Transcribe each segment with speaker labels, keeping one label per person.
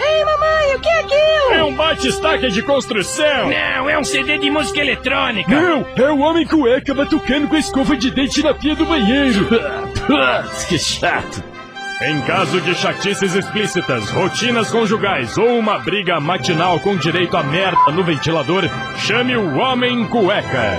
Speaker 1: Ei, mamãe, o que é aquilo?
Speaker 2: É um bate-staca de construção.
Speaker 3: Não, é um CD de música eletrônica.
Speaker 2: Não, é o homem cueca batucando com a escova de dente na pia do banheiro. que chato. Em caso de chatices explícitas, rotinas conjugais ou uma briga matinal com direito a merda no ventilador, chame o Homem Cueca.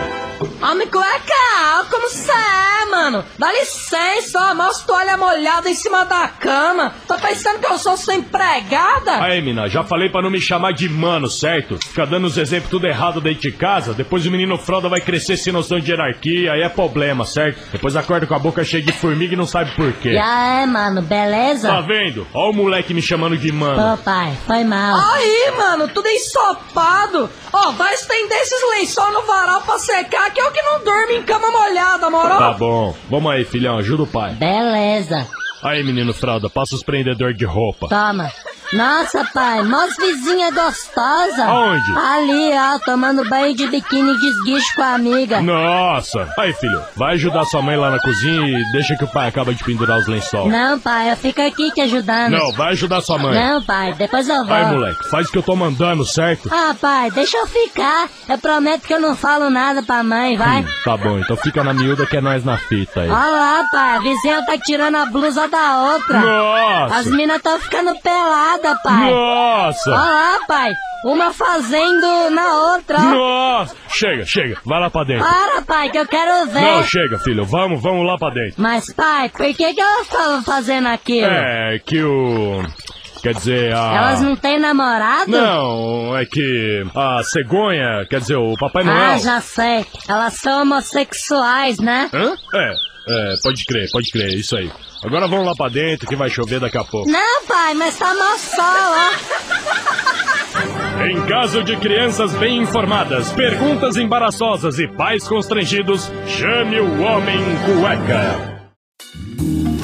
Speaker 1: Homem cueca, como cê é, mano? Dá licença, ó, mostra toalha molhada em cima da cama. Tá pensando que eu sou sua empregada?
Speaker 2: Aí, mina, já falei pra não me chamar de mano, certo? Ficar dando os exemplos tudo errado dentro de casa, depois o menino fralda vai crescer sem noção de hierarquia, aí é problema, certo? Depois acorda com a boca cheia de formiga e não sabe por quê.
Speaker 4: Já é, mano,
Speaker 2: Tá
Speaker 4: beleza?
Speaker 2: vendo? Ó o moleque me chamando de mano.
Speaker 4: Ô, pai, foi mal.
Speaker 1: Aí, mano, tudo ensopado. Ó, vai estender esses lençol no varal pra secar, que é o que não dorme em cama molhada, moro?
Speaker 2: Tá bom. Vamos aí, filhão, ajuda o pai.
Speaker 4: Beleza.
Speaker 2: Aí, menino fralda, passa os prendedores de roupa.
Speaker 4: Toma. Nossa, pai, mós vizinha gostosa.
Speaker 2: Aonde?
Speaker 4: Ali, ó, tomando banho de biquíni de esguicho com a amiga.
Speaker 2: Nossa! Aí, filho, vai ajudar sua mãe lá na cozinha e deixa que o pai acaba de pendurar os lençol.
Speaker 4: Não, pai, eu fico aqui te ajudando.
Speaker 2: Não, vai ajudar sua mãe.
Speaker 4: Não, pai, depois eu volto.
Speaker 2: Vai, moleque, faz o que eu tô mandando, certo?
Speaker 4: Ah, pai, deixa eu ficar. Eu prometo que eu não falo nada pra mãe, vai.
Speaker 2: Hum, tá bom, então fica na miúda que é nós na fita aí.
Speaker 4: Olha lá, pai, a vizinha tá tirando a blusa da outra. As
Speaker 2: Nossa!
Speaker 4: minas tão ficando pelada, pai.
Speaker 2: Nossa!
Speaker 4: Olha lá, pai, Ah, uma fazendo na outra. ó.
Speaker 2: Nossa! Chega, chega, vai lá pra dentro.
Speaker 4: Para, pai, que eu quero ver.
Speaker 2: Não, chega, filho, vamos, vamos lá pra dentro.
Speaker 4: Mas, pai, por que que elas estavam fazendo aquilo?
Speaker 2: É que o. Quer dizer, a.
Speaker 4: Elas não têm namorado?
Speaker 2: Não, é que a cegonha, quer dizer, o Papai Noel.
Speaker 4: Ah, já sei. Elas são homossexuais, né?
Speaker 2: Hã? É, é, pode crer, pode crer, isso aí. Agora vamos lá pra dentro que vai chover daqui a pouco.
Speaker 4: Não, pai, mas tá mó sol, ó.
Speaker 2: Em caso de crianças bem informadas, perguntas embaraçosas e pais constrangidos, chame o Homem Cueca.